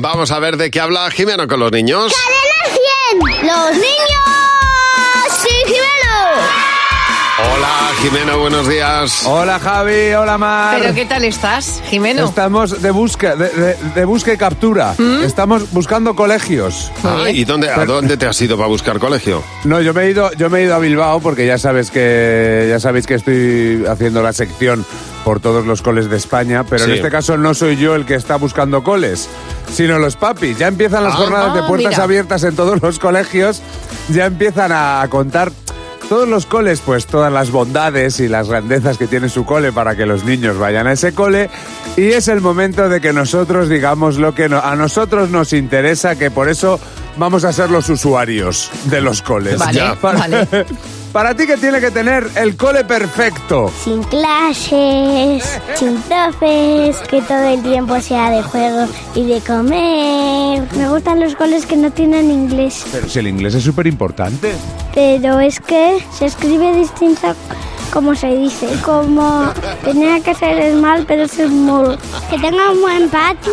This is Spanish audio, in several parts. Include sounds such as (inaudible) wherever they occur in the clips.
Vamos a ver de qué habla Jimeno con los niños. ¡Cadena 100! ¡Los niños! ¡Sí, Jimeno! Hola Jimeno, buenos días. Oh. Hola Javi, hola Mar. ¿Pero qué tal estás, Jimeno? ¿Mm? Estamos de busca, de, de- de busca y captura. Estamos buscando colegios. Ah, ¿Y dónde, a dónde te has ido para buscar colegio? No, yo me he ido, yo me he ido a Bilbao porque ya sabes que ya sabéis que estoy haciendo la sección por todos los coles de España, pero Sí. en este caso no soy yo el que está buscando coles, sino los papis. Ya empiezan las Ah. jornadas de Ah, puertas mira. abiertas en todos los colegios, ya empiezan a contar todos los coles, pues todas las bondades y las grandezas que tiene su cole para que los niños vayan a ese cole. Y es el momento de que nosotros digamos lo que no- a nosotros nos interesa, que por eso vamos a ser los usuarios de los coles. Vale, Ya. Para, vale. (laughs) para ti que tiene que tener el cole perfecto. Sin clases, sin topes, que todo el tiempo sea de juego y de comer. Me gustan los coles que no tienen inglés, Pero si el inglés es súper importante. pero es que se escribe distinto como se dice. Como tenía que ser el mal, pero es el muro. Que tenga un buen patio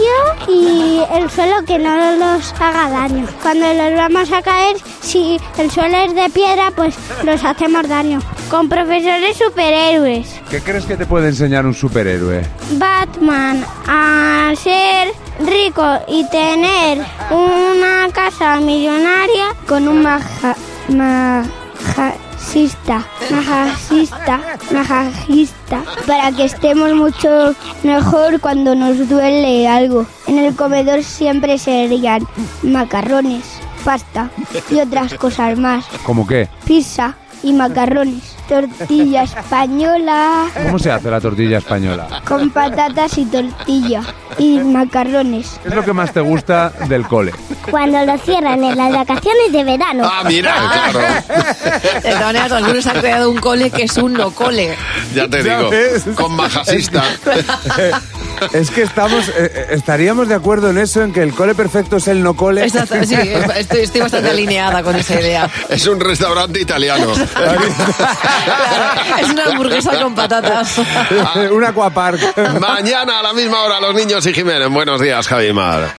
y el suelo que no nos haga daño. Cuando los vamos a caer, si el suelo es de piedra, pues los hacemos daño. Con profesores superhéroes. ¿Qué crees que te puede enseñar un superhéroe? Batman a ser rico y tener una casa millonaria con un maja, majasista, majasista, majajista, para que estemos mucho mejor cuando nos duele algo. En el comedor siempre serían macarrones, pasta y otras cosas más, ¿Cómo qué? pizza y macarrones, tortilla española ¿Cómo se hace la tortilla española? con patatas y tortilla y (laughs) macarrones. ¿Qué es lo que más te gusta del cole? Cuando lo cierran en las vacaciones de verano. Ah, mira, claro. (laughs) De todas maneras, algunos han creado un cole que es un no cole. Ya te Ya digo. ves. Con (laughs) majasista. Es que estamos, eh, eh, estaríamos de acuerdo en eso, en que el cole perfecto es el no cole. Esta- sí, estoy, estoy bastante alineada con esa idea. Es un restaurante italiano. Claro, (laughs) es una hamburguesa con patatas. (laughs) Un aquapark. (laughs) Mañana a la misma hora, los niños y Jimeno. Buenos días, Javimar.